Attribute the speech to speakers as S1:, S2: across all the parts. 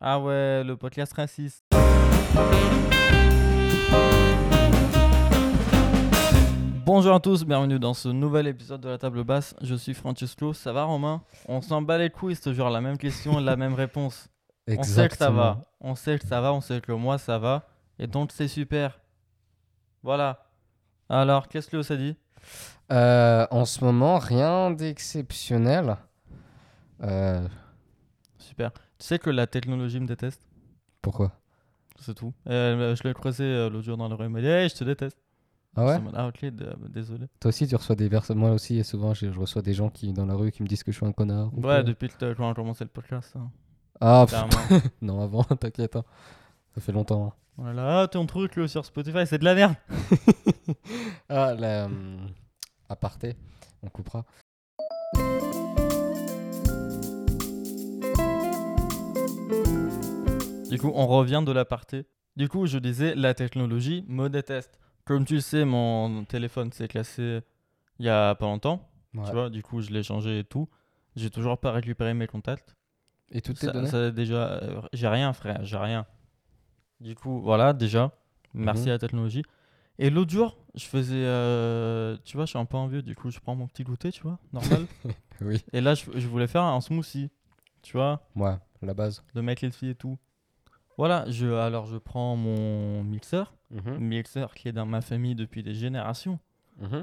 S1: Ah ouais, le podcast raciste. Bonjour à tous, bienvenue dans ce nouvel épisode de la table basse. Je suis Francesco, ça va Romain On s'en bat les couilles, c'est genre la même question, la même réponse. On sait que ça va, on sait que ça va, on sait que moi ça va, et donc c'est super. Voilà. Alors, qu'est-ce que ça dit
S2: Euh, en ce moment, rien d'exceptionnel. Euh,
S1: Super. Tu sais que la technologie me déteste,
S2: pourquoi
S1: c'est tout. Euh, je l'ai creusé euh, l'autre jour dans le royaume, elle m'a dit Hey, je te déteste.
S2: Ah ouais
S1: Ça m'a- Ah ok, d- euh, désolé.
S2: Toi aussi, tu reçois des personnes. Moi aussi, et souvent, je, je reçois des gens qui, dans la rue qui me disent que je suis un connard. ou
S1: Ouais,
S2: que-
S1: depuis que t'as- quand on a commencé le podcast. hein.
S2: Ah, pff,
S1: Clairement.
S2: non, avant, t'inquiète. hein. Ça fait longtemps. hein.
S1: Oh là là, ah, ton truc là, sur Spotify, c'est de la merde.
S2: Ah, la. hum, aparté, on coupera.
S1: Du coup, on revient de l'aparté. Du coup, je disais, la technologie me déteste. Comme tu le sais, mon téléphone s'est cassé il y a pas longtemps.
S2: Ouais.
S1: Tu vois, du coup, je l'ai changé et tout. J'ai toujours pas récupéré mes contacts.
S2: Et toutes tes
S1: Ça,
S2: données
S1: ça, déjà, euh, j'ai rien, frère, j'ai rien. Du coup, voilà, déjà, merci
S2: Mhm.
S1: à la technologie. Et l'autre jour, je faisais, euh, tu vois, je suis un peu envieux, du coup, je prends mon petit goûter, tu vois, normal.
S2: Oui,
S1: Et là, je, je voulais faire un smoothie, tu vois,
S2: moi, la base.
S1: de mettre les filles et tout. Voilà, je, alors je prends mon mixeur,
S2: Mhm.
S1: mixeur qui est dans ma famille depuis des générations.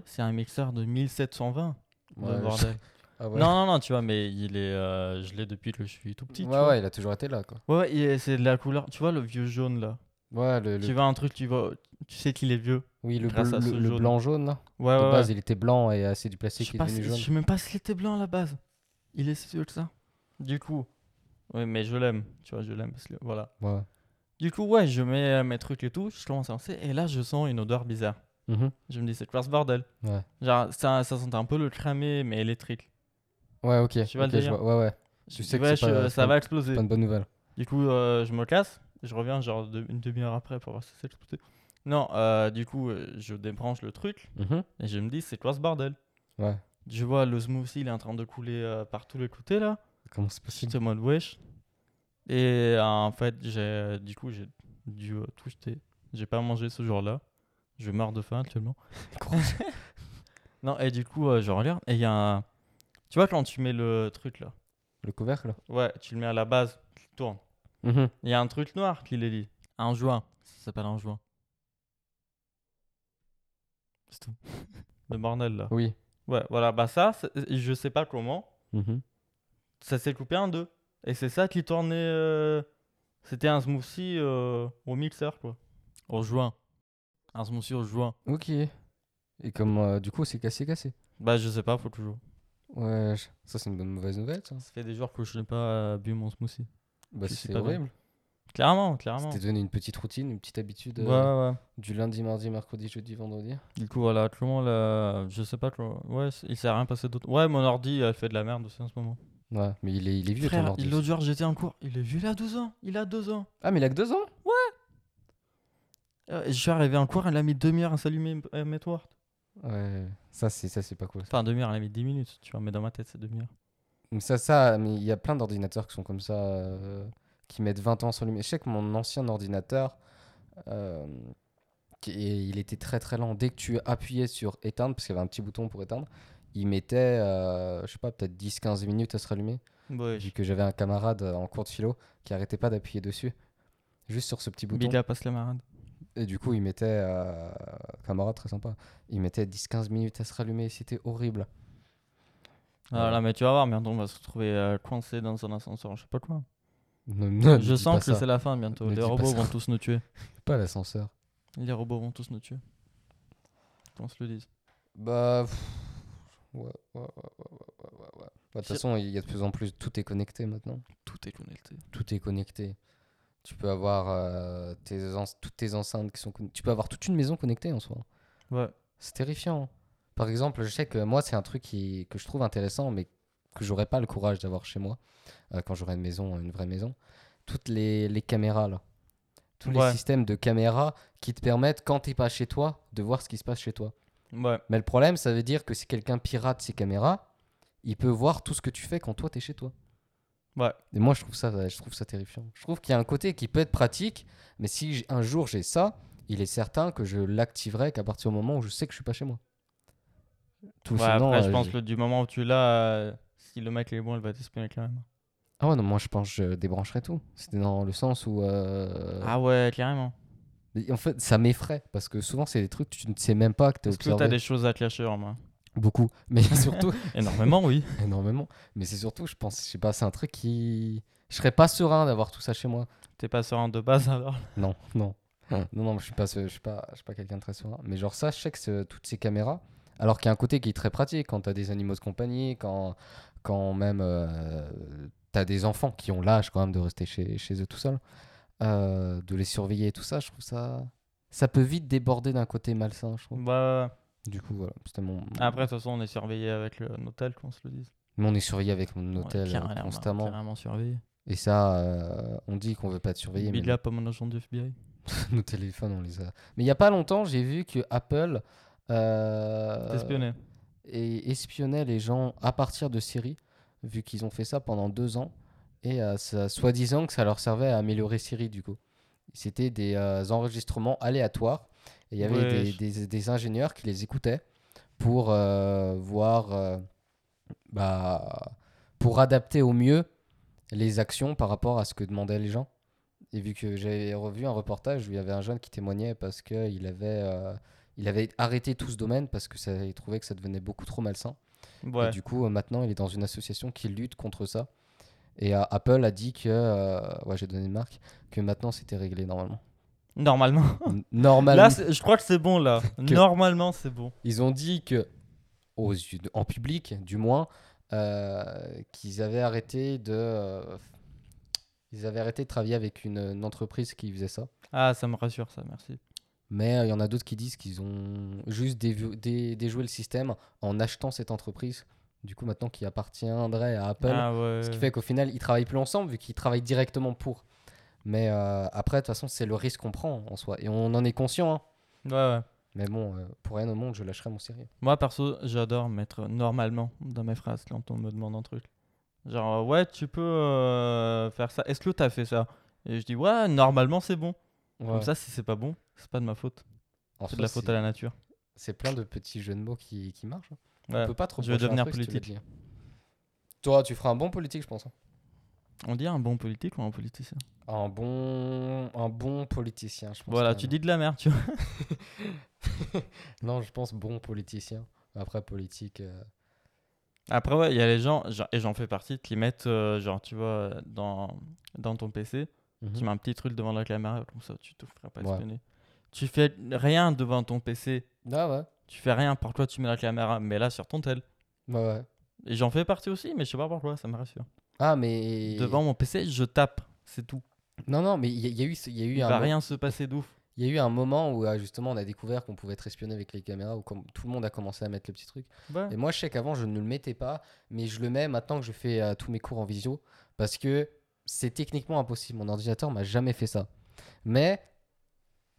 S1: C'est un mixeur de 1720, le
S2: Ouais, je-
S1: bordel.
S2: Ah ouais.
S1: Non, non, non, tu vois, mais il est, euh, je l'ai depuis que je suis tout petit. tu
S2: ouais,
S1: vois.
S2: ouais, il a toujours été là, quoi.
S1: Ouais, ouais, il- c'est de la couleur, tu vois, le vieux jaune là.
S2: Ouais, le, le-
S1: Tu vois un truc, tu vois, tu sais qu'il est vieux.
S2: oui, le,
S1: grâce
S2: bleu-
S1: à ce
S2: le- le
S1: jaune.
S2: blanc jaune. Là.
S1: Ouais,
S2: de
S1: ouais.
S2: base,
S1: ouais.
S2: il était blanc et euh, c'est du
S1: Je
S2: plastique
S1: sais
S2: qui est
S1: pas
S2: devenu
S1: si- je
S2: jaune.
S1: sais même pas s'il était blanc à la base. Il est si vieux que ça. Du coup, ouais, mais je l'aime, tu vois, je l'aime parce que voilà.
S2: Ouais.
S1: Du coup, ouais, je mets euh, mes trucs et tout, je commence à lancer, et là, je sens une odeur bizarre.
S2: Mhm.
S1: Je me dis, c'est quoi ce bordel
S2: Ouais.
S1: Genre, ça, ça sent un peu le cramé, mais électrique.
S2: Ouais, ok.
S1: Tu vois le
S2: ok, je
S1: délire
S2: vois- Ouais, ouais.
S1: Je
S2: Tu
S1: me
S2: sais
S1: dis,
S2: que
S1: ouais,
S2: c'est
S1: je-
S2: pas- c'est
S1: ça
S2: pas-
S1: va exploser.
S2: Pas de bonne nouvelle.
S1: Du coup, euh, je me casse, je reviens genre de- une demi-heure après pour voir si c'est explosé. Non, euh, du coup, euh, je débranche le truc, et je me dis, c'est quoi ce bordel
S2: Ouais.
S1: Je vois le smoothie, il est en train de couler euh, par tous les côtés là.
S2: Comment c'est possible
S1: J'étais en mode wesh. Et euh, en fait, j'ai euh, du coup, j'ai dû euh, tout jeter. J'ai pas mangé ce jour-là. Je meurs de faim actuellement. non, et du coup, euh, je regarde et il y a un. Tu vois, quand tu mets le truc là,
S2: Le couvercle
S1: ouais, tu le mets à la base, tu le tournes. Il y a un truc noir qui les lie. Un joint. Ça s'appelle un joint. C'est tout. Le bordel là.
S2: Oui.
S1: Ouais, voilà, bah ça, c'est- je sais pas comment. Mhm. ça s'est coupé en deux. Et c'est ça qui tournait. euh, C'était un smoothie euh, au mixeur, quoi. Au joint. Un smoothie au joint.
S2: Ok. Et comme euh, du coup c'est cassé, cassé.
S1: Bah, je sais pas, faut toujours.
S2: Ouais, je- ça c'est une bonne mauvaise nouvelle ça.
S1: Ça fait des jours que je n'ai pas euh, bu mon smoothie.
S2: Bah,
S1: Je sais
S2: c'est
S1: pas
S2: horrible.
S1: Clairement, clairement.
S2: C'était devenu une petite routine, une petite habitude
S1: Ouais,
S2: euh,
S1: ouais.
S2: du lundi, mardi, mercredi, jeudi, vendredi.
S1: Du coup, voilà, comment la. euh, Je sais pas, comment- Ouais, c- il s'est rien passé d'autre. Ouais, mon ordi, elle fait de la merde aussi en ce moment.
S2: Ouais, mais il est, il est vieux ton
S1: Frère,
S2: ordi.
S1: il- l'autre jour, j'étais en cours. Il est vieux, il a 12 ans. Il a 2 ans.
S2: Ah, mais il a que deux ans
S1: Euh, je suis arrivé en cours, elle a mis demi-heure à s'allumer euh, Network.
S2: Ouais, ça c'est ça c'est pas cool. ça.
S1: Enfin, demi-heure, elle a mis 10 minutes, tu vois, mais dans ma tête, c'est demi-heure.
S2: Mais ça, ça, mais il y a plein d'ordinateurs qui sont comme ça, euh, qui mettent 20 ans sans lumière. Je sais que mon ancien ordinateur, euh, qui- et il était très très lent. Dès que tu appuyais sur éteindre, parce qu'il y avait un petit bouton pour éteindre, il mettait, euh, je sais pas, peut-être 10-15 minutes à se rallumer.
S1: Bah Ouais,
S2: Vu que j'avais un camarade euh, en cours de philo qui arrêtait pas d'appuyer dessus, juste sur ce petit bouton.
S1: Bida passe la marade.
S2: Et du coup, il mettait, euh, camarade très sympa, il mettait 10-15 minutes à se rallumer. C'était horrible.
S1: Ah
S2: Voilà.
S1: là, mais tu vas voir, bientôt on va se retrouver euh, coincé dans un ascenseur, je sais pas quoi.
S2: Ne- ne
S1: je
S2: dis pas
S1: sens que
S2: ça.
S1: c'est la fin bientôt.
S2: Ne
S1: Les
S2: dis pas
S1: robots
S2: ça.
S1: vont tous nous tuer.
S2: pas l'ascenseur.
S1: Les robots vont tous nous tuer. Qu'on se le dise.
S2: Bah. pff, Ouais, ouais, ouais, ouais, ouais, ouais, ouais, ouais. Bah, De toute
S1: C'est-
S2: façon, il y a de plus en plus. Tout est connecté maintenant.
S1: Tout est connecté.
S2: Tout est connecté. Tu peux avoir euh, tes en- toutes tes enceintes qui sont conne- Tu peux avoir toute une maison connectée en soi.
S1: Ouais.
S2: C'est terrifiant. Par exemple, je sais que moi, c'est un truc qui- que je trouve intéressant, mais que j'aurais pas le courage d'avoir chez moi euh, quand j'aurai une maison, une vraie maison. Toutes les, les caméras, là. Tous
S1: Ouais.
S2: les systèmes de caméras qui te permettent, quand t'es pas chez toi, de voir ce qui se passe chez toi.
S1: Ouais.
S2: Mais le problème, ça veut dire que si quelqu'un pirate ses caméras, il peut voir tout ce que tu fais quand toi t'es chez toi.
S1: Ouais.
S2: Et moi, je trouve ça, je trouve ça terrifiant. Je trouve qu'il y a un côté qui peut être pratique, mais si j- un jour j'ai ça, il est certain que je l'activerai qu'à partir du moment où je sais que je suis pas chez moi. Tout
S1: Ouais,
S2: sinon,
S1: après, je
S2: euh,
S1: pense
S2: j'ai-
S1: que du moment où tu l'as, euh, si le mec est bon, elle va t'espionner carrément.
S2: Ah ouais, non, moi je pense que je débrancherais tout. C'était dans le sens où. euh,
S1: Ah ouais, carrément.
S2: mais En fait, ça m'effraie parce que souvent, c'est des trucs que tu ne sais même pas que tu as
S1: Est-ce que t'as
S2: observé.
S1: des choses à cacher en moi
S2: Beaucoup. Mais surtout,
S1: Énormément, oui.
S2: énormément. Mais c'est surtout, je pense, je sais pas, c'est un truc qui. Je serais pas serein d'avoir tout ça chez moi.
S1: T'es pas serein de base alors.
S2: Non, non. Non, non, je suis pas, ce- je suis pas, je suis pas quelqu'un de très serein. Mais genre ça, je sais que ce- toutes ces caméras, alors qu'il y a un côté qui est très pratique quand t'as des animaux de compagnie, quand, quand même euh, t'as des enfants qui ont l'âge quand même de rester chez, chez eux tout seuls, euh, de les surveiller et tout ça, je trouve ça... Ça peut vite déborder d'un côté malsain, je trouve.
S1: Bah,
S2: Du coup, voilà, c'était mon...
S1: après, de toute façon, on est surveillé avec le, hôtel, qu'on se le dise.
S2: Mais on est surveillé avec mon
S1: On est
S2: hôtel euh,
S1: carrément-
S2: constamment.
S1: Carrément surveillé.
S2: Et ça, euh, on dit qu'on veut pas être surveillé, mais
S1: Big up à mon agent du FBI.
S2: nos téléphones, on les a. Mais il y a pas longtemps, j'ai vu que Apple euh,
S1: T'espionner.
S2: et espionnait les gens à partir de Siri, vu qu'ils ont fait ça pendant deux ans, et euh, ça- soi-disant que ça leur servait à améliorer Siri du coup. C'était des euh, enregistrements aléatoires, et il y avait
S1: Ouais,
S2: des,
S1: je-
S2: des- des ingénieurs qui les écoutaient pour euh, voir, euh, bah, pour adapter au mieux les actions par rapport à ce que demandaient les gens. Et vu que j'avais revu un reportage où il y avait un jeune qui témoignait parce qu'il avait, euh, il avait arrêté tout ce domaine parce que ça, il trouvait que ça devenait beaucoup trop malsain.
S1: Ouais.
S2: Et du coup, euh, maintenant, il est dans une association qui lutte contre ça. Et euh, Apple a dit que, euh, ouais, j'ai donné une marque, que maintenant c'était réglé normalement.
S1: Normalement.
S2: N- normalement,
S1: Là, c'est- je crois que c'est bon, là. Normalement, c'est bon.
S2: ils ont dit que, aux yeux de- en public du moins, euh, qu'ils avaient arrêté de, euh, ils avaient arrêté de travailler avec une, une entreprise qui faisait ça.
S1: Ah, ça me rassure, ça, merci.
S2: Mais euh, il y en a d'autres qui disent qu'ils ont juste dévo- dé- déjoué le système en achetant cette entreprise. Du coup, maintenant qui appartiendrait à Apple.
S1: Ah ouais.
S2: Ce qui fait qu'au final, ils travaillent plus ensemble vu qu'ils travaillent directement pour. Mais euh, après, de toute façon, c'est le risque qu'on prend en soi. Et on en est conscient. hein.
S1: Ouais, ouais.
S2: Mais bon, euh, pour rien au monde, je lâcherai mon sérieux.
S1: Moi, perso, j'adore mettre normalement dans mes phrases quand on me demande un truc. Genre, euh, ouais, tu peux euh, faire ça. Est-ce que t'as fait ça Et je dis, ouais, normalement, c'est bon. Comme
S2: Ouais.
S1: ça, si c'est pas bon, c'est pas de ma faute.
S2: En
S1: C'est de
S2: soi,
S1: la faute à la nature.
S2: C'est plein de petits jeux de mots qui, qui marchent. hein.
S1: Ouais.
S2: On peut pas trop
S1: je vais
S2: reprocher un
S1: devenir
S2: truc si tu le
S1: politique.
S2: dis. Toi, tu feras un bon politique, je pense. hein.
S1: On dit un bon politique ou un politicien
S2: Un bon, un bon politicien, je pense.
S1: Voilà,
S2: quand
S1: tu
S2: même.
S1: dis de la merde, tu vois.
S2: Non, je pense bon politicien. Après, politique. euh,
S1: Après, ouais, il y a les gens, genre- et j'en fais partie, qui mettent, euh, genre, tu vois, dans, dans ton PC, tu mets un petit truc devant la caméra, comme ça, tu te feras pas
S2: Mhm. Ouais.
S1: espionner. Tu fais rien devant ton PC,
S2: Ah ouais.
S1: tu fais rien, pourquoi tu mets la caméra Mais là, sur ton tel.
S2: Ouais, ouais.
S1: Et j'en fais partie aussi, mais je sais pas pourquoi, ça me rassure.
S2: Ah, mais.
S1: Devant mon PC, je tape, c'est tout.
S2: Non, non, mais il y, a- il y a eu, ce- il y a eu
S1: Il
S2: un.
S1: va
S2: mo-
S1: rien se passer d'ouf.
S2: Il y a eu un moment où ah, justement on a découvert qu'on pouvait être espionné avec les caméras, où comme tout le monde a commencé à mettre le petit truc.
S1: Ouais.
S2: Et moi je sais qu'avant je ne le mettais pas, mais je le mets maintenant que je fais euh, tous mes cours en visio, parce que c'est techniquement impossible. Mon ordinateur m'a jamais fait ça. Mais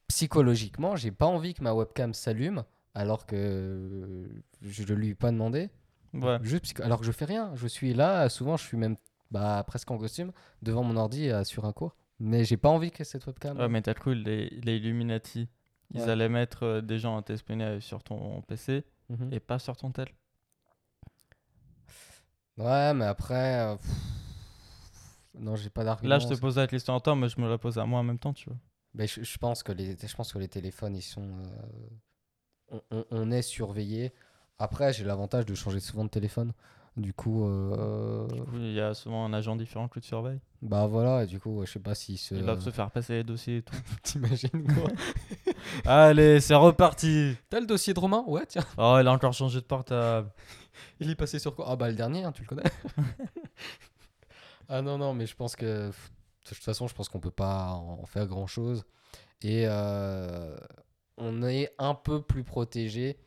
S2: psychologiquement, j'ai pas envie que ma webcam s'allume alors que euh, je ne lui ai pas demandé.
S1: Ouais.
S2: Juste psycho- Alors que je fais rien, je suis là, souvent je suis même bah, presque en costume devant mon ordi euh, sur un cours. Mais j'ai pas envie que cette webcam.
S1: Ouais, mais t'as le coup, les, les Illuminati, ils
S2: Ouais.
S1: allaient mettre euh, des gens à t'espionner euh, sur ton PC
S2: Mhm.
S1: et pas sur ton tel.
S2: Ouais, mais après. euh, pff, Non, j'ai pas d'argument.
S1: Là, je te pose la question en temps, mais je me la pose à moi en même temps, tu vois.
S2: Mais je, je pense que les, je pense que les téléphones, ils sont. euh, on- on, on est surveillé. Après, j'ai l'avantage de changer souvent de téléphone. Du coup, euh,
S1: Du coup, il y a souvent un agent différent que tu surveilles.
S2: bah voilà, et du coup, je sais pas si se.
S1: Ils doivent se faire passer les dossiers et tout.
S2: T'imagines quoi
S1: Allez, c'est reparti
S2: T'as le dossier de Romain Ouais, tiens.
S1: Oh, il a encore changé de portable.
S2: Il est passé sur quoi Ah bah le dernier, hein, tu le connais. ah non, non, mais je pense que... pff, De toute façon, je pense qu'on peut pas en en faire grand-chose. Et euh, on est un peu plus protégé,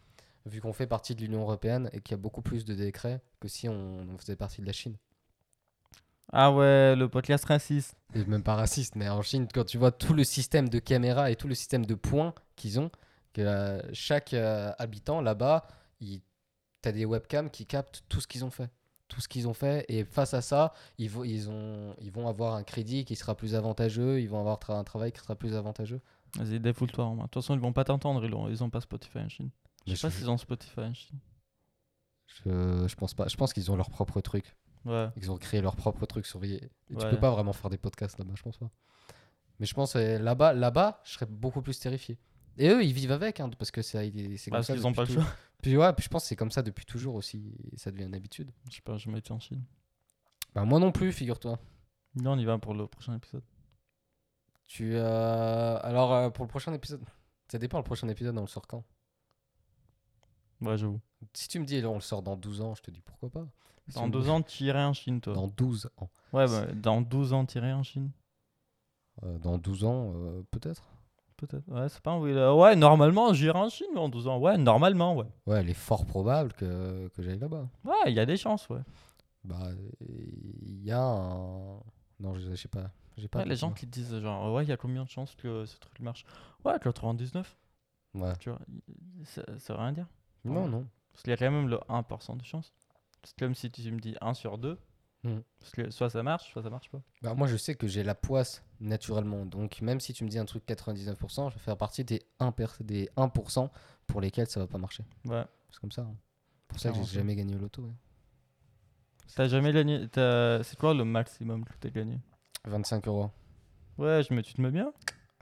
S2: vu qu'on fait partie de l'Union Européenne et qu'il y a beaucoup plus de décrets que si on, on faisait partie de la Chine.
S1: Ah ouais, le podcast raciste.
S2: Et même pas raciste, mais en Chine, quand tu vois tout le système de caméras et tout le système de points qu'ils ont, que euh, chaque euh, habitant là-bas, il... t'as des webcams qui captent tout ce qu'ils ont fait. tout ce qu'ils ont fait. Et face à ça, ils, vont- ils, ont, ils vont avoir un crédit qui sera plus avantageux, ils vont avoir tra- un travail qui sera plus avantageux.
S1: Vas-y, défoule-toi, Romain. De toute façon, ils vont pas t'entendre, ils ont, ils ont pas Spotify en Chine. Je
S2: Mais
S1: sais pas
S2: je-
S1: s'ils ont Spotify en Chine.
S2: Je, je pense pas. Je pense qu'ils ont leur propre truc.
S1: Ouais.
S2: Ils ont créé leur propre truc surveillé. Et Tu
S1: Ouais.
S2: peux pas vraiment faire des podcasts là-bas, je pense pas. Mais je pense euh, là-bas, là-bas, je serais beaucoup plus terrifié. Et eux, ils vivent avec, hein, parce que c'est c'est
S1: Bah,
S2: comme
S1: Parce
S2: ça.
S1: qu'ils ont
S2: depuis
S1: pas le
S2: tout-
S1: choix.
S2: Puis ouais, puis je pense que c'est comme ça depuis toujours aussi. et ça devient une habitude.
S1: Je sais pas, je été en Chine.
S2: Bah, moi non plus, figure-toi.
S1: Là, on y va pour le prochain épisode.
S2: Tu euh, alors euh, pour le prochain épisode, ça dépend. Le prochain épisode, on le sort quand
S1: Ouais, j'avoue.
S2: Si tu me dis, là, on le sort dans 12 ans, je te dis pourquoi pas. Si
S1: Dans
S2: on-
S1: 12 ans, tu irais en Chine, toi.
S2: Dans 12 ans.
S1: Ouais, bah, dans 12 ans, tu irais en Chine.
S2: Euh, dans 12 ans, euh, peut-être.
S1: Peut-être. Ouais, c'est pas un oui, là. Ouais, normalement, j'irai en Chine en 12 ans. Ouais, normalement, ouais.
S2: Ouais, il est fort probable que, que j'aille là-bas.
S1: Ouais, il y a des chances, ouais.
S2: Bah, il y a un. Non, je, je sais pas. J'ai pas
S1: Ouais, les
S2: compris.
S1: gens qui te disent, genre, ouais, il y a combien de chances que ce truc marche Ouais, 99,
S2: Ouais.
S1: tu vois. Ça, ça veut rien dire.
S2: Non, non.
S1: Parce qu'il y a quand même le 1% de chance. C'est comme si tu me dis 1 sur 2.
S2: Mhm.
S1: Parce que soit ça marche, soit ça marche pas.
S2: Bah, moi, je sais que j'ai la poisse naturellement. Donc, même si tu me dis un truc 99%, je vais faire partie des 1%, des 1% pour lesquels ça va pas marcher.
S1: Ouais.
S2: C'est comme ça. hein. C'est pour ça que
S1: Ah,
S2: j'ai
S1: ok.
S2: jamais gagné au loto. hein.
S1: T'as jamais gagné. t'as- C'est quoi le maximum que t'as gagné
S2: 25 euros.
S1: Ouais, je me... tu te mets bien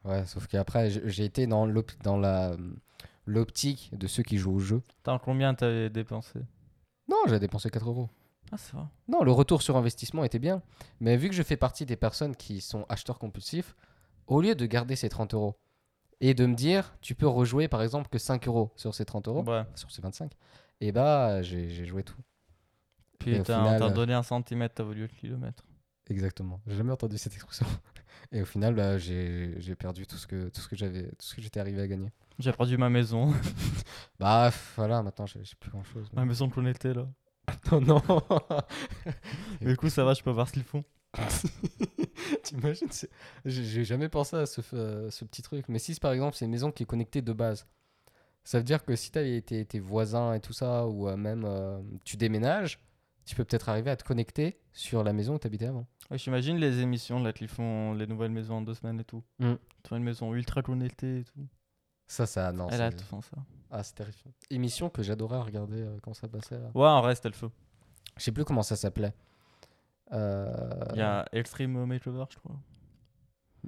S2: Ouais, sauf qu'après, j- j'ai été dans l'op- dans la hum, l'optique de ceux qui jouent au jeu.
S1: T'as combien t'avais dépensé
S2: Non, j'ai dépensé 4 euros.
S1: Ah, ça va.
S2: Non, le retour sur investissement était bien. Mais vu que je fais partie des personnes qui sont acheteurs compulsifs, au lieu de garder ces 30 euros et de me dire, tu peux rejouer par exemple que 5 euros sur ces 30 euros,
S1: Ouais.
S2: sur ces 25, et bah j'ai j'ai joué tout.
S1: Puis
S2: Et au
S1: t'as
S2: final,
S1: t'as
S2: euh,
S1: donné un centimètre, t'as voulu le kilomètre.
S2: Exactement. J'ai jamais entendu cette expression. Et au final, bah, j'ai j'ai perdu tout ce que, tout ce que j'avais, tout ce que j'étais arrivé à gagner.
S1: J'ai perdu ma maison.
S2: Bah pff, voilà, maintenant j'ai j'ai plus grand chose.
S1: ma maison qu'on était là.
S2: Non, non.
S1: Mais du coup, ça va, je peux voir ce qu'ils font.
S2: T'imagines c'est- J'ai j'ai jamais pensé à ce, f- euh, ce petit truc. Mais si, c'est par exemple, c'est une maison qui est connectée de base, ça veut dire que si t'as été tes voisins et tout ça, ou euh, même euh, tu déménages, tu peux peut-être arriver à te connecter sur la maison où t'habitais avant.
S1: Ouais, J'imagine les émissions là qu'ils font, les nouvelles maisons en deux semaines et tout.
S2: Mm.
S1: Tu vois, une maison ultra connectée et tout.
S2: Ça, ça, non.
S1: Elle a
S2: c'est-
S1: tout fait ça.
S2: Ah, c'est terrifiant. Émission que j'adorais regarder euh, quand ça passait. là.
S1: Ouais, en reste, elle feu.
S2: Je sais plus comment ça s'appelait. Euh,
S1: Il y a Extreme Makeover, je crois.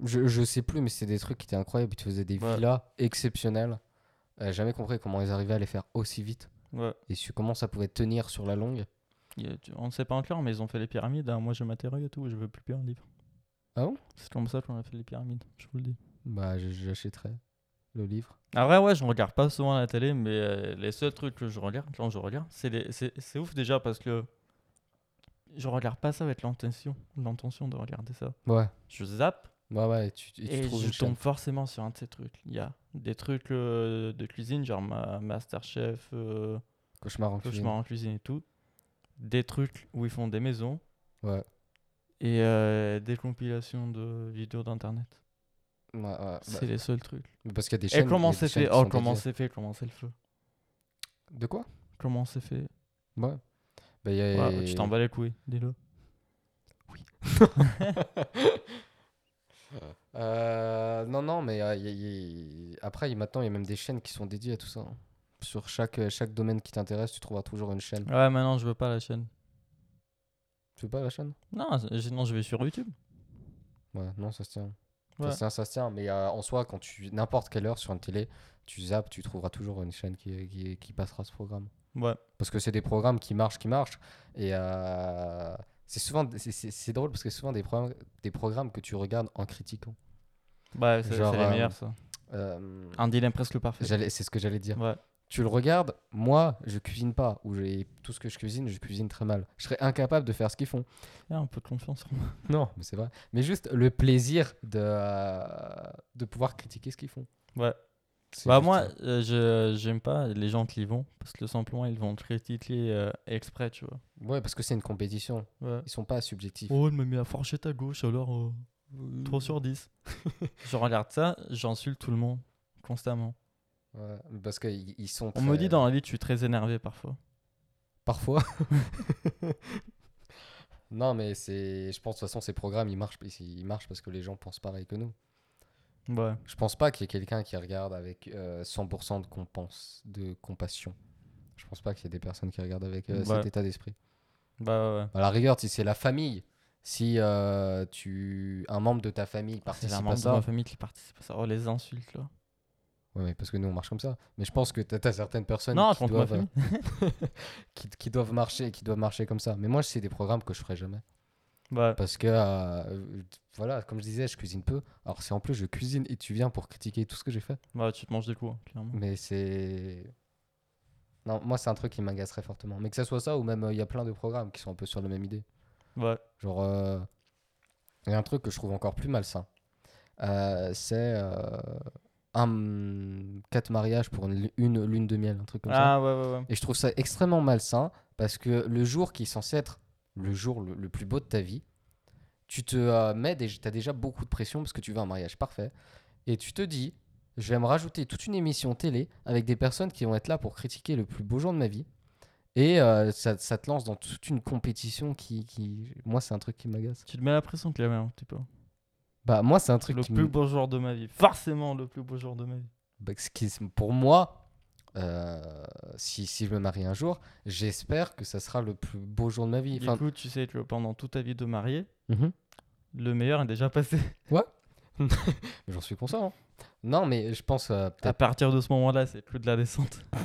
S2: Je, je sais plus, mais c'est des trucs qui étaient incroyables. Tu faisais des
S1: Ouais.
S2: villas exceptionnelles. Euh, jamais compris comment ils arrivaient à les faire aussi vite.
S1: Ouais.
S2: et sur comment ça pouvait tenir sur la longue.
S1: Il y a- tu- on ne sait pas encore, mais ils ont fait les pyramides. hein. Moi, je m'interroge et tout. Je veux plus lire un livre.
S2: Ah bon
S1: C'est comme ça qu'on a fait les pyramides, je vous le dis.
S2: Bah, je- j'achèterais le livre.
S1: Après, ouais, je regarde pas souvent la télé, mais euh, les seuls trucs que je regarde, quand je regarde, c'est les- c'est c'est ouf déjà parce que je regarde pas ça avec l'intention l'intention de regarder ça.
S2: Ouais.
S1: Je zappe
S2: Ouais, ouais, et tu, et tu
S1: Et,
S2: trouves
S1: je
S2: une chaîne.
S1: tombe forcément sur un de ces trucs. Il y a des trucs euh, de cuisine, genre ma Masterchef, euh,
S2: Cauchemar en cuisine.
S1: Cauchemar en cuisine et tout. Des trucs où ils font des maisons
S2: Ouais.
S1: et euh, des compilations de vidéos d'internet.
S2: Ouais, ouais, Ah bah,
S1: C'est les seuls trucs.
S2: parce qu'il y a des
S1: Et
S2: chaînes.
S1: comment
S2: il y a des
S1: c'est
S2: chaînes
S1: fait
S2: qui
S1: Oh,
S2: sont
S1: comment
S2: dédiées.
S1: c'est fait Comment c'est le feu
S2: De quoi
S1: Comment c'est fait
S2: Ouais. Bah, il y a.
S1: Ouais, Tu t'en bats les couilles, dis-le.
S2: Euh, non, non, mais euh, il y a- il y a- après, il- maintenant, il y a même des chaînes qui sont dédiées à tout ça. hein. Sur chaque, euh, chaque domaine qui t'intéresse, tu trouveras toujours une chaîne.
S1: Ouais, maintenant je veux pas la chaîne.
S2: Tu veux pas la chaîne
S1: Non, c'est- sinon je vais sur YouTube.
S2: Ouais, non, ça se tient.
S1: Ouais.
S2: Ça se tient, ça se tient. Mais euh, en soi, quand tu. N'importe quelle heure sur une télé, tu zappes, tu trouveras toujours une chaîne qui, qui, qui passera ce programme.
S1: Ouais.
S2: Parce que c'est des programmes qui marchent, qui marchent. Et euh, c'est souvent. c'est- C'est c'est drôle parce que c'est souvent des programmes, des programmes que tu regardes en critiquant.
S1: Ouais, c'est
S2: Genre,
S1: c'est les
S2: euh,
S1: meilleurs ça.
S2: Euh,
S1: Un dilemme presque parfait.
S2: j'allais- c'est ce que j'allais dire.
S1: Ouais.
S2: Tu le regardes, moi, je cuisine pas. Ou j'ai tout ce que je cuisine, je cuisine très mal. Je serais incapable de faire ce qu'ils font.
S1: Ah, un peu de confiance.
S2: Non, mais c'est vrai. Mais juste le plaisir de, euh, de pouvoir critiquer ce qu'ils font.
S1: Ouais.
S2: C'est
S1: Bah
S2: juste
S1: moi,
S2: ça.
S1: euh, je j'aime pas les gens qui y vont parce que simplement ils vont critiquer euh, exprès, tu vois.
S2: Ouais, parce que c'est une compétition. Ils sont pas subjectifs.
S1: Oh, il m'a mis la fourchette à gauche alors euh, 3 sur 10. je regarde ça, j'insulte tout le monde constamment.
S2: Ouais, parce qu'ils ils sont.
S1: On me
S2: très-
S1: dit dans la vie, je suis très énervé parfois.
S2: parfois. non, mais c'est, je pense de toute façon ces programmes ils marchent, ils marchent parce que les gens pensent pareil que nous.
S1: Ouais.
S2: Je pense pas qu'il y ait quelqu'un qui regarde avec euh, 100% de compense, de compassion. Je pense pas qu'il y ait des personnes qui regardent avec euh,
S1: Ouais.
S2: cet état d'esprit.
S1: Bah ouais, ouais.
S2: À la rigueur, si c'est la famille, si euh, tu un membre de ta famille
S1: Ah, C'est
S2: participe
S1: la
S2: à
S1: membre de ma
S2: ça,
S1: famille qui participe à ça. Oh, les insultes là.
S2: Ouais, mais parce que nous on marche comme ça. Mais je pense que t'as as certaines personnes
S1: Non,
S2: qui,
S1: contre ma
S2: doivent,
S1: famille.
S2: euh, qui, qui doivent marcher, qui doivent marcher comme ça. Mais moi, c'est des programmes que je ferai jamais.
S1: Bah,
S2: Parce que, euh, euh, voilà, comme je disais, je cuisine peu. Alors, c'est en plus, je cuisine et tu viens pour critiquer tout ce que j'ai fait.
S1: bah, tu te manges des coups, hein, clairement.
S2: Mais c'est. Non, moi, c'est un truc qui m'agacerait fortement. Mais que ça soit ça, ou même, euh, il y a plein de programmes qui sont un peu sur la même idée.
S1: Ouais.
S2: Genre, euh, il y a un truc que je trouve encore plus malsain. Euh, c'est euh, un. Quatre mariages pour une, une lune de miel, un truc comme ça.
S1: Ah ouais, ouais, ouais.
S2: Et je trouve ça extrêmement malsain parce que le jour qui est censé être le jour le, le plus beau de ta vie, tu te euh, mets, déjà- t'as déjà beaucoup de pression parce que tu veux un mariage parfait. Et tu te dis, je vais me rajouter toute une émission télé avec des personnes qui vont être là pour critiquer le plus beau jour de ma vie. Et euh, ça, ça te lance dans toute une compétition qui. qui- Moi, c'est un truc qui m'agace.
S1: Tu te mets la pression, clairement, un petit peu.
S2: Bah, moi, c'est un truc
S1: Le
S2: qui.
S1: plus
S2: me-
S1: beau jour de ma vie. Forcément, le plus beau jour de ma vie.
S2: Bah, ce qui- pour moi, euh, si, si je me marie un jour, j'espère que ça sera le plus beau jour de ma vie.
S1: Du
S2: Enfin,
S1: coup, tu sais que pendant toute ta vie de marié,
S2: mhm.
S1: le meilleur est déjà passé.
S2: Mais J'en suis conscient. hein. Non, mais je pense euh,
S1: À
S2: peut-être.
S1: partir de ce moment-là, c'est plus de la descente.
S2: Ah.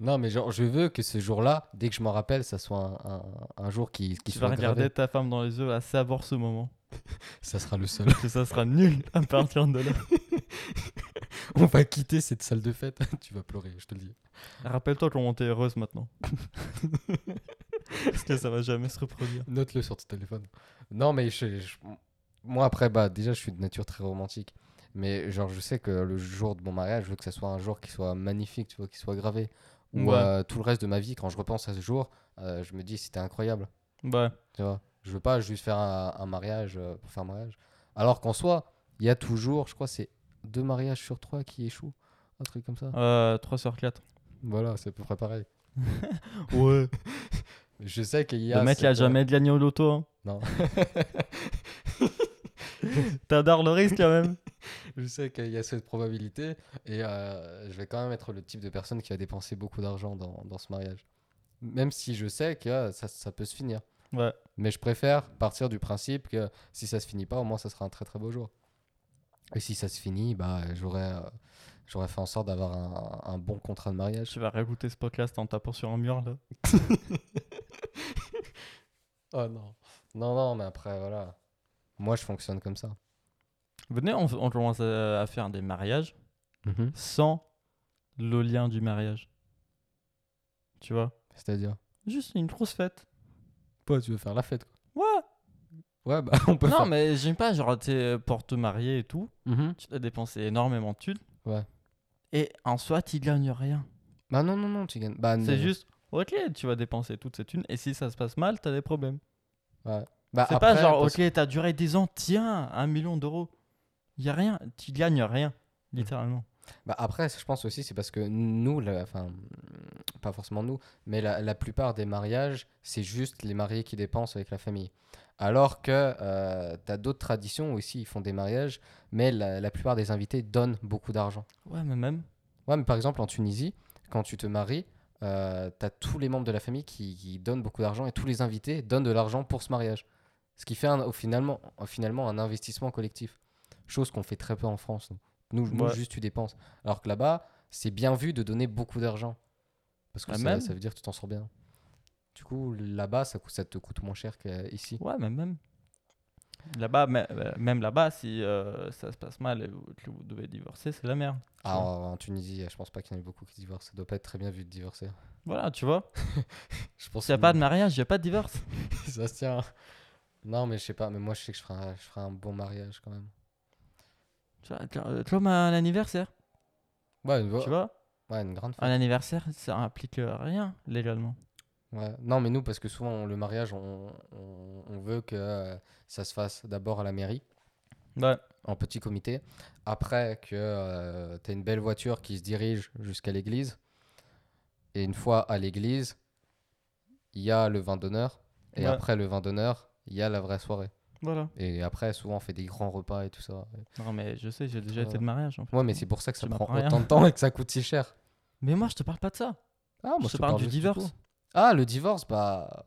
S2: Non, mais genre, je veux que ce jour-là, dès que je m'en rappelle, ça soit un, un- un jour qui, qui
S1: Tu vas
S2: soit
S1: regarder
S2: gravé.
S1: ta femme dans les yeux, à savoir ce moment.
S2: Ça sera le seul.
S1: Parce que ça sera nul à partir de là.
S2: On va quitter cette salle de fête. tu vas pleurer, je te le dis.
S1: Rappelle-toi comment t'es heureuse maintenant. Parce que ça va jamais se reproduire.
S2: Note-le sur ton téléphone. Non, mais je- je- moi, après, bah, déjà, je suis de nature très romantique. Mais genre, je sais que le jour de mon mariage, je veux que ça soit un jour qui soit magnifique, tu vois, qui soit gravé. Ou
S1: Ouais.
S2: euh, tout le reste de ma vie, quand je repense à ce jour, euh, je me dis, c'était incroyable.
S1: Ouais.
S2: Tu vois, je veux pas juste faire un, un mariage euh, pour faire un mariage. Alors qu'en soi, il y a toujours, je crois, c'est deux mariages sur trois qui échouent. Un truc comme ça.
S1: Euh, 3 sur 4.
S2: Voilà, c'est à peu près pareil.
S1: Ouais.
S2: Je sais qu'il y a.
S1: Le mec, il a
S2: cette, euh,
S1: jamais gagné au loto. Hein.
S2: Non.
S1: T'adores le risque quand même.
S2: Je sais qu'il y a cette probabilité. Et euh, je vais quand même être le type de personne qui va dépenser beaucoup d'argent dans, dans ce mariage. Même si je sais que euh, ça, ça peut se finir.
S1: Ouais.
S2: Mais je préfère partir du principe que si ça se finit pas, au moins ça sera un très très beau jour. Et si ça se finit, bah, j'aurais, euh, j'aurais fait en sorte d'avoir un, un bon contrat de mariage.
S1: Tu vas réécouter ce podcast en tapant sur un mur là.
S2: Oh
S1: Ah,
S2: non. Non, non, mais après, voilà. Moi, je fonctionne comme ça.
S1: Venez, on, on commence à, à faire des mariages
S2: Mhm.
S1: sans le lien du mariage. Tu vois
S2: C'est-à-dire
S1: Juste une grosse fête.
S2: Quoi, tu veux faire la fête
S1: Ouais.
S2: Ouais, bah, on peut
S1: non,
S2: faire.
S1: mais j'aime pas, genre, t'es pour te marier et tout.
S2: Mhm.
S1: Tu as dépensé énormément de thunes.
S2: Ouais.
S1: Et en soi, tu gagnes rien.
S2: Bah, non, non, non, tu gagnes. Bah, non.
S1: C'est juste, ok, tu vas dépenser toutes ces thunes. Et si ça se passe mal, t'as des problèmes.
S2: Bah,
S1: C'est pas
S2: après,
S1: genre,
S2: parce-
S1: ok, t'as duré 10 ans, tiens, un million d'euros. Y a rien, tu gagnes rien, littéralement.
S2: Bah, après, je pense aussi, c'est parce que nous, la- enfin, pas forcément nous, mais la, la plupart des mariages, c'est juste les mariés qui dépensent avec la famille. Alors que euh, t'as d'autres traditions aussi, ils font des mariages, mais la, la plupart des invités donnent beaucoup d'argent.
S1: Ouais, mais même.
S2: Ouais, mais par exemple, en Tunisie, quand tu te maries, euh, t'as tous les membres de la famille qui, qui donnent beaucoup d'argent et tous les invités donnent de l'argent pour ce mariage. Ce qui fait un- au finalement, au finalement un investissement collectif. Chose qu'on fait très peu en France. Nous, Nous, nous,
S1: Ouais.
S2: juste tu dépenses. Alors que là-bas, c'est bien vu de donner beaucoup d'argent. Parce que
S1: Ah,
S2: ça,
S1: même
S2: ça veut dire que tu t'en sors bien. Du coup, là-bas, ça, coûte- ça te coûte moins cher qu'ici.
S1: Ouais, mais même. Là-bas, mè- euh, même là-bas, si euh, ça se passe mal et vous- que vous devez divorcer, c'est la merde. tu
S2: Ah,
S1: vois.
S2: en en Tunisie, je pense pas qu'il y en ait beaucoup qui divorcent. Ça doit pas être très bien vu de divorcer.
S1: Voilà, tu vois.
S2: Je pense
S1: S'il n'y a
S2: que-
S1: pas de mariage, il n'y a pas de divorce.
S2: ça se tient. Non, mais je sais pas, mais moi je sais que je ferai un, je ferai un bon mariage quand même.
S1: Tu vois, cl- Comme un anniversaire,
S2: Ouais, une,
S1: tu vois.
S2: ouais, une grande
S1: Un
S2: fête.
S1: anniversaire, ça implique euh, rien légalement.
S2: Ouais. Non, mais nous, parce que souvent on- le mariage, on, on- on veut que euh, ça se fasse d'abord à la mairie,
S1: Ouais,
S2: en petit comité. Après que euh, t'aies une belle voiture qui se dirige jusqu'à l'église. Et une fois à l'église, il y a le vin d'honneur. Et
S1: Ouais.
S2: après le vin d'honneur, il y a la vraie soirée.
S1: Voilà.
S2: Et après, souvent, on fait des grands repas et tout ça.
S1: Non, mais je sais, j'ai déjà
S2: Voilà.
S1: été de mariage. en fait.
S2: Euh, Ouais, mais c'est pour ça que ça
S1: Tu
S2: prend
S1: m'apprends rien.
S2: autant de temps et que ça coûte si cher.
S1: Mais moi, je te parle pas de ça.
S2: Ah,
S1: je te parle du
S2: juste tout.
S1: divorce.
S2: Ah, le divorce, bah.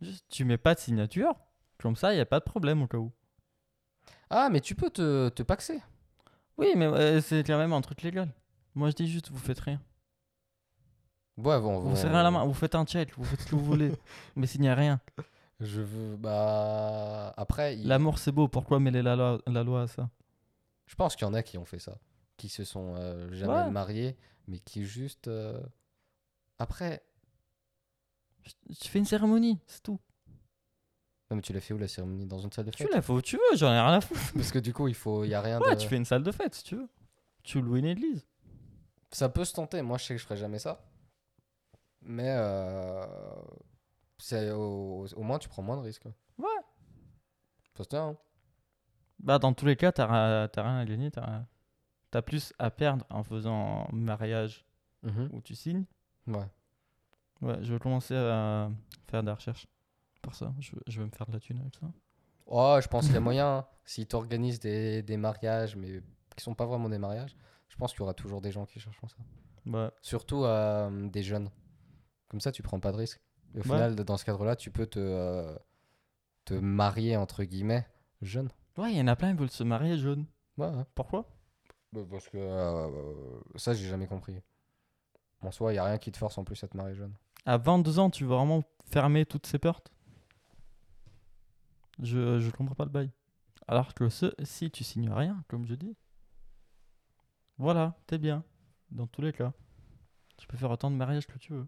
S1: Juste, tu mets pas de signature. Comme ça, il n'y a pas de problème au cas où.
S2: Ah, mais tu peux te, te paxer.
S1: Oui, mais euh, c'est quand même un truc légal. Moi, je dis juste, vous faites rien.
S2: Ouais, bon,
S1: Vous
S2: bon,
S1: serrez la main, vous faites un check, vous faites ce que vous voulez. Mais s'il n'y a rien,
S2: Je veux. Bah. Après, il-
S1: l'amour c'est beau, pourquoi mêler la loi, la loi à ça
S2: je pense qu'il y en a qui ont fait ça. Qui se sont euh, jamais
S1: Ouais.
S2: mariés, mais qui juste. euh, Après.
S1: Je- Tu fais une cérémonie, c'est tout.
S2: Non, mais tu l'as fait où la cérémonie Dans une salle de
S1: Tu
S2: fête
S1: la fais où tu veux, j'en ai rien à foutre.
S2: Parce que du coup, il faut... y a rien
S1: Ouais,
S2: de.
S1: tu fais une salle de fête si tu veux. Tu loues une église.
S2: Ça peut se tenter. Moi, je sais que je ferai jamais ça. Mais euh, c'est au... au moins, tu prends moins de risques.
S1: Ouais.
S2: Ça se tient, hein.
S1: Bah, dans tous les cas, t'as ra- t'as rien à gagner, t'as rien- t'as plus à perdre en faisant un mariage
S2: Hmm.
S1: où tu signes.
S2: Ouais.
S1: Ouais, je vais commencer à faire des recherches pour ça. Je, je vais me faire de la thune avec ça.
S2: Oh, je pense qu'il y a moyen. hein. Si tu organises des... des mariages, mais qui sont pas vraiment des mariages, je pense qu'il y aura toujours des gens qui chercheront ça.
S1: Ouais,
S2: Surtout euh, des jeunes. Comme ça, tu prends pas de risques. Et au
S1: Ouais.
S2: final, dans ce cadre-là, tu peux te, euh, te marier, entre guillemets, jeune.
S1: ouais, il y en a plein qui veulent se marier jaune.
S2: Ouais, ouais.
S1: Pourquoi
S2: Bah, Parce que euh, ça, j'ai jamais compris. En soi, il a rien qui te force en plus à te marier jeune.
S1: À 22 ans, tu veux vraiment fermer toutes ces portes Je je comprends pas le bail. Alors que ce, si tu signes rien, comme je dis, voilà, t'es bien. Dans tous les cas, tu peux faire autant de mariages que tu veux.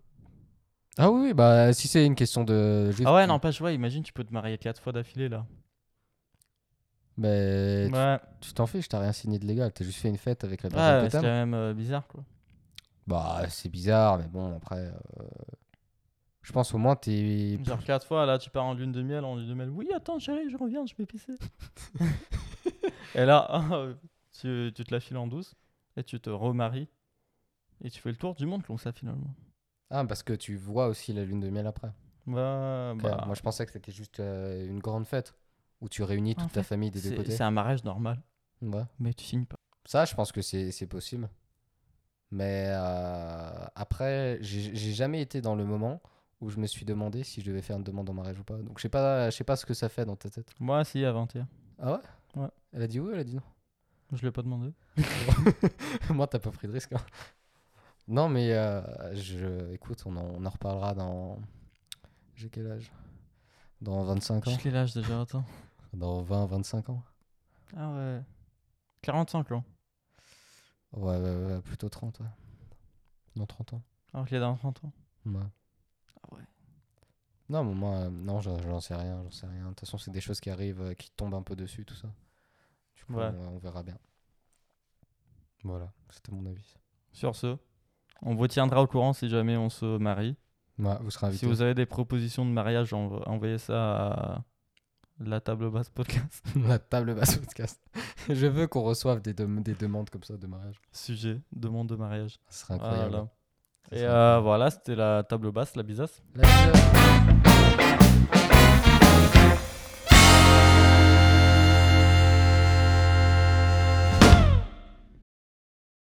S2: Ah oui, oui, bah si c'est une question de. juste
S1: Ah ouais,
S2: tu-
S1: non, pas vois, imagine, tu peux te marier quatre fois d'affilée là.
S2: Mais tu-
S1: Ouais,
S2: tu t'en fiches, t'as rien signé de légal, t'as juste fait une fête avec la personne
S1: ouais
S2: que
S1: c'est quand
S2: t'aimes.
S1: même euh, bizarre quoi.
S2: Bah c'est bizarre, mais bon, après. euh, Je pense au moins t'es.
S1: Genre quatre fois, là, tu pars en lune de miel, en lune de miel. Oui, attends, chérie, je reviens, je vais pisser. et là, oh, tu, tu te la files en douce et tu te remaries. Et tu fais le tour du monde comme ça, finalement.
S2: Ah, parce que tu vois aussi la lune de miel après.
S1: Bah,
S2: Ok,
S1: bah,
S2: Moi je pensais que c'était juste euh, une grande fête où tu réunis
S1: En
S2: toute ta
S1: fait,
S2: famille des deux
S1: c'est
S2: côtés.
S1: c'est un mariage normal,
S2: Ouais.
S1: mais tu signes pas.
S2: Ça, je pense que c'est c'est possible. Mais euh, après, j'ai j'ai jamais été dans le moment où je me suis demandé si je devais faire une demande en mariage ou pas. Donc je sais pas, je sais pas ce que ça fait dans ta tête.
S1: Moi, si, à 21.
S2: Ah ouais?
S1: Ouais.
S2: Elle a dit oui, elle a dit non.
S1: Je l'ai pas demandé.
S2: Moi, t'as pas pris de risque. hein. Non, mais euh, je, écoute, on en, on en reparlera dans. J'ai quel âge? Dans 25
S1: Je
S2: ans?
S1: quel âge déjà, attends.
S2: Dans 20, 25 ans?
S1: Ah ouais. 45 ans.
S2: Ouais, ouais, ouais, plutôt 30, ouais. Dans 30 ans.
S1: Alors qu'il est dans 30 ans.
S2: Ouais.
S1: Ah ouais.
S2: Non, mais moi, euh, non, j'en j'en sais rien, j'en sais rien. De toute façon, c'est des choses qui arrivent, euh, qui tombent un peu dessus, tout ça. Du coup,
S1: Ouais.
S2: on, on verra bien. Voilà, c'était mon avis.
S1: Sur ce, on vous tiendra au courant si jamais on se marie.
S2: Ouais, Bah, vous serez
S1: Si
S2: invité.
S1: vous avez des propositions de mariage, env- envoyez ça à la table basse podcast.
S2: La table basse podcast. Je veux qu'on reçoive des, dem- des demandes comme ça de mariage.
S1: Sujet, demande de mariage.
S2: Ce serait incroyable.
S1: Voilà.
S2: Ça
S1: Et
S2: serait
S1: euh, voilà, c'était la table basse, la bisace.
S2: incroyable. La bise.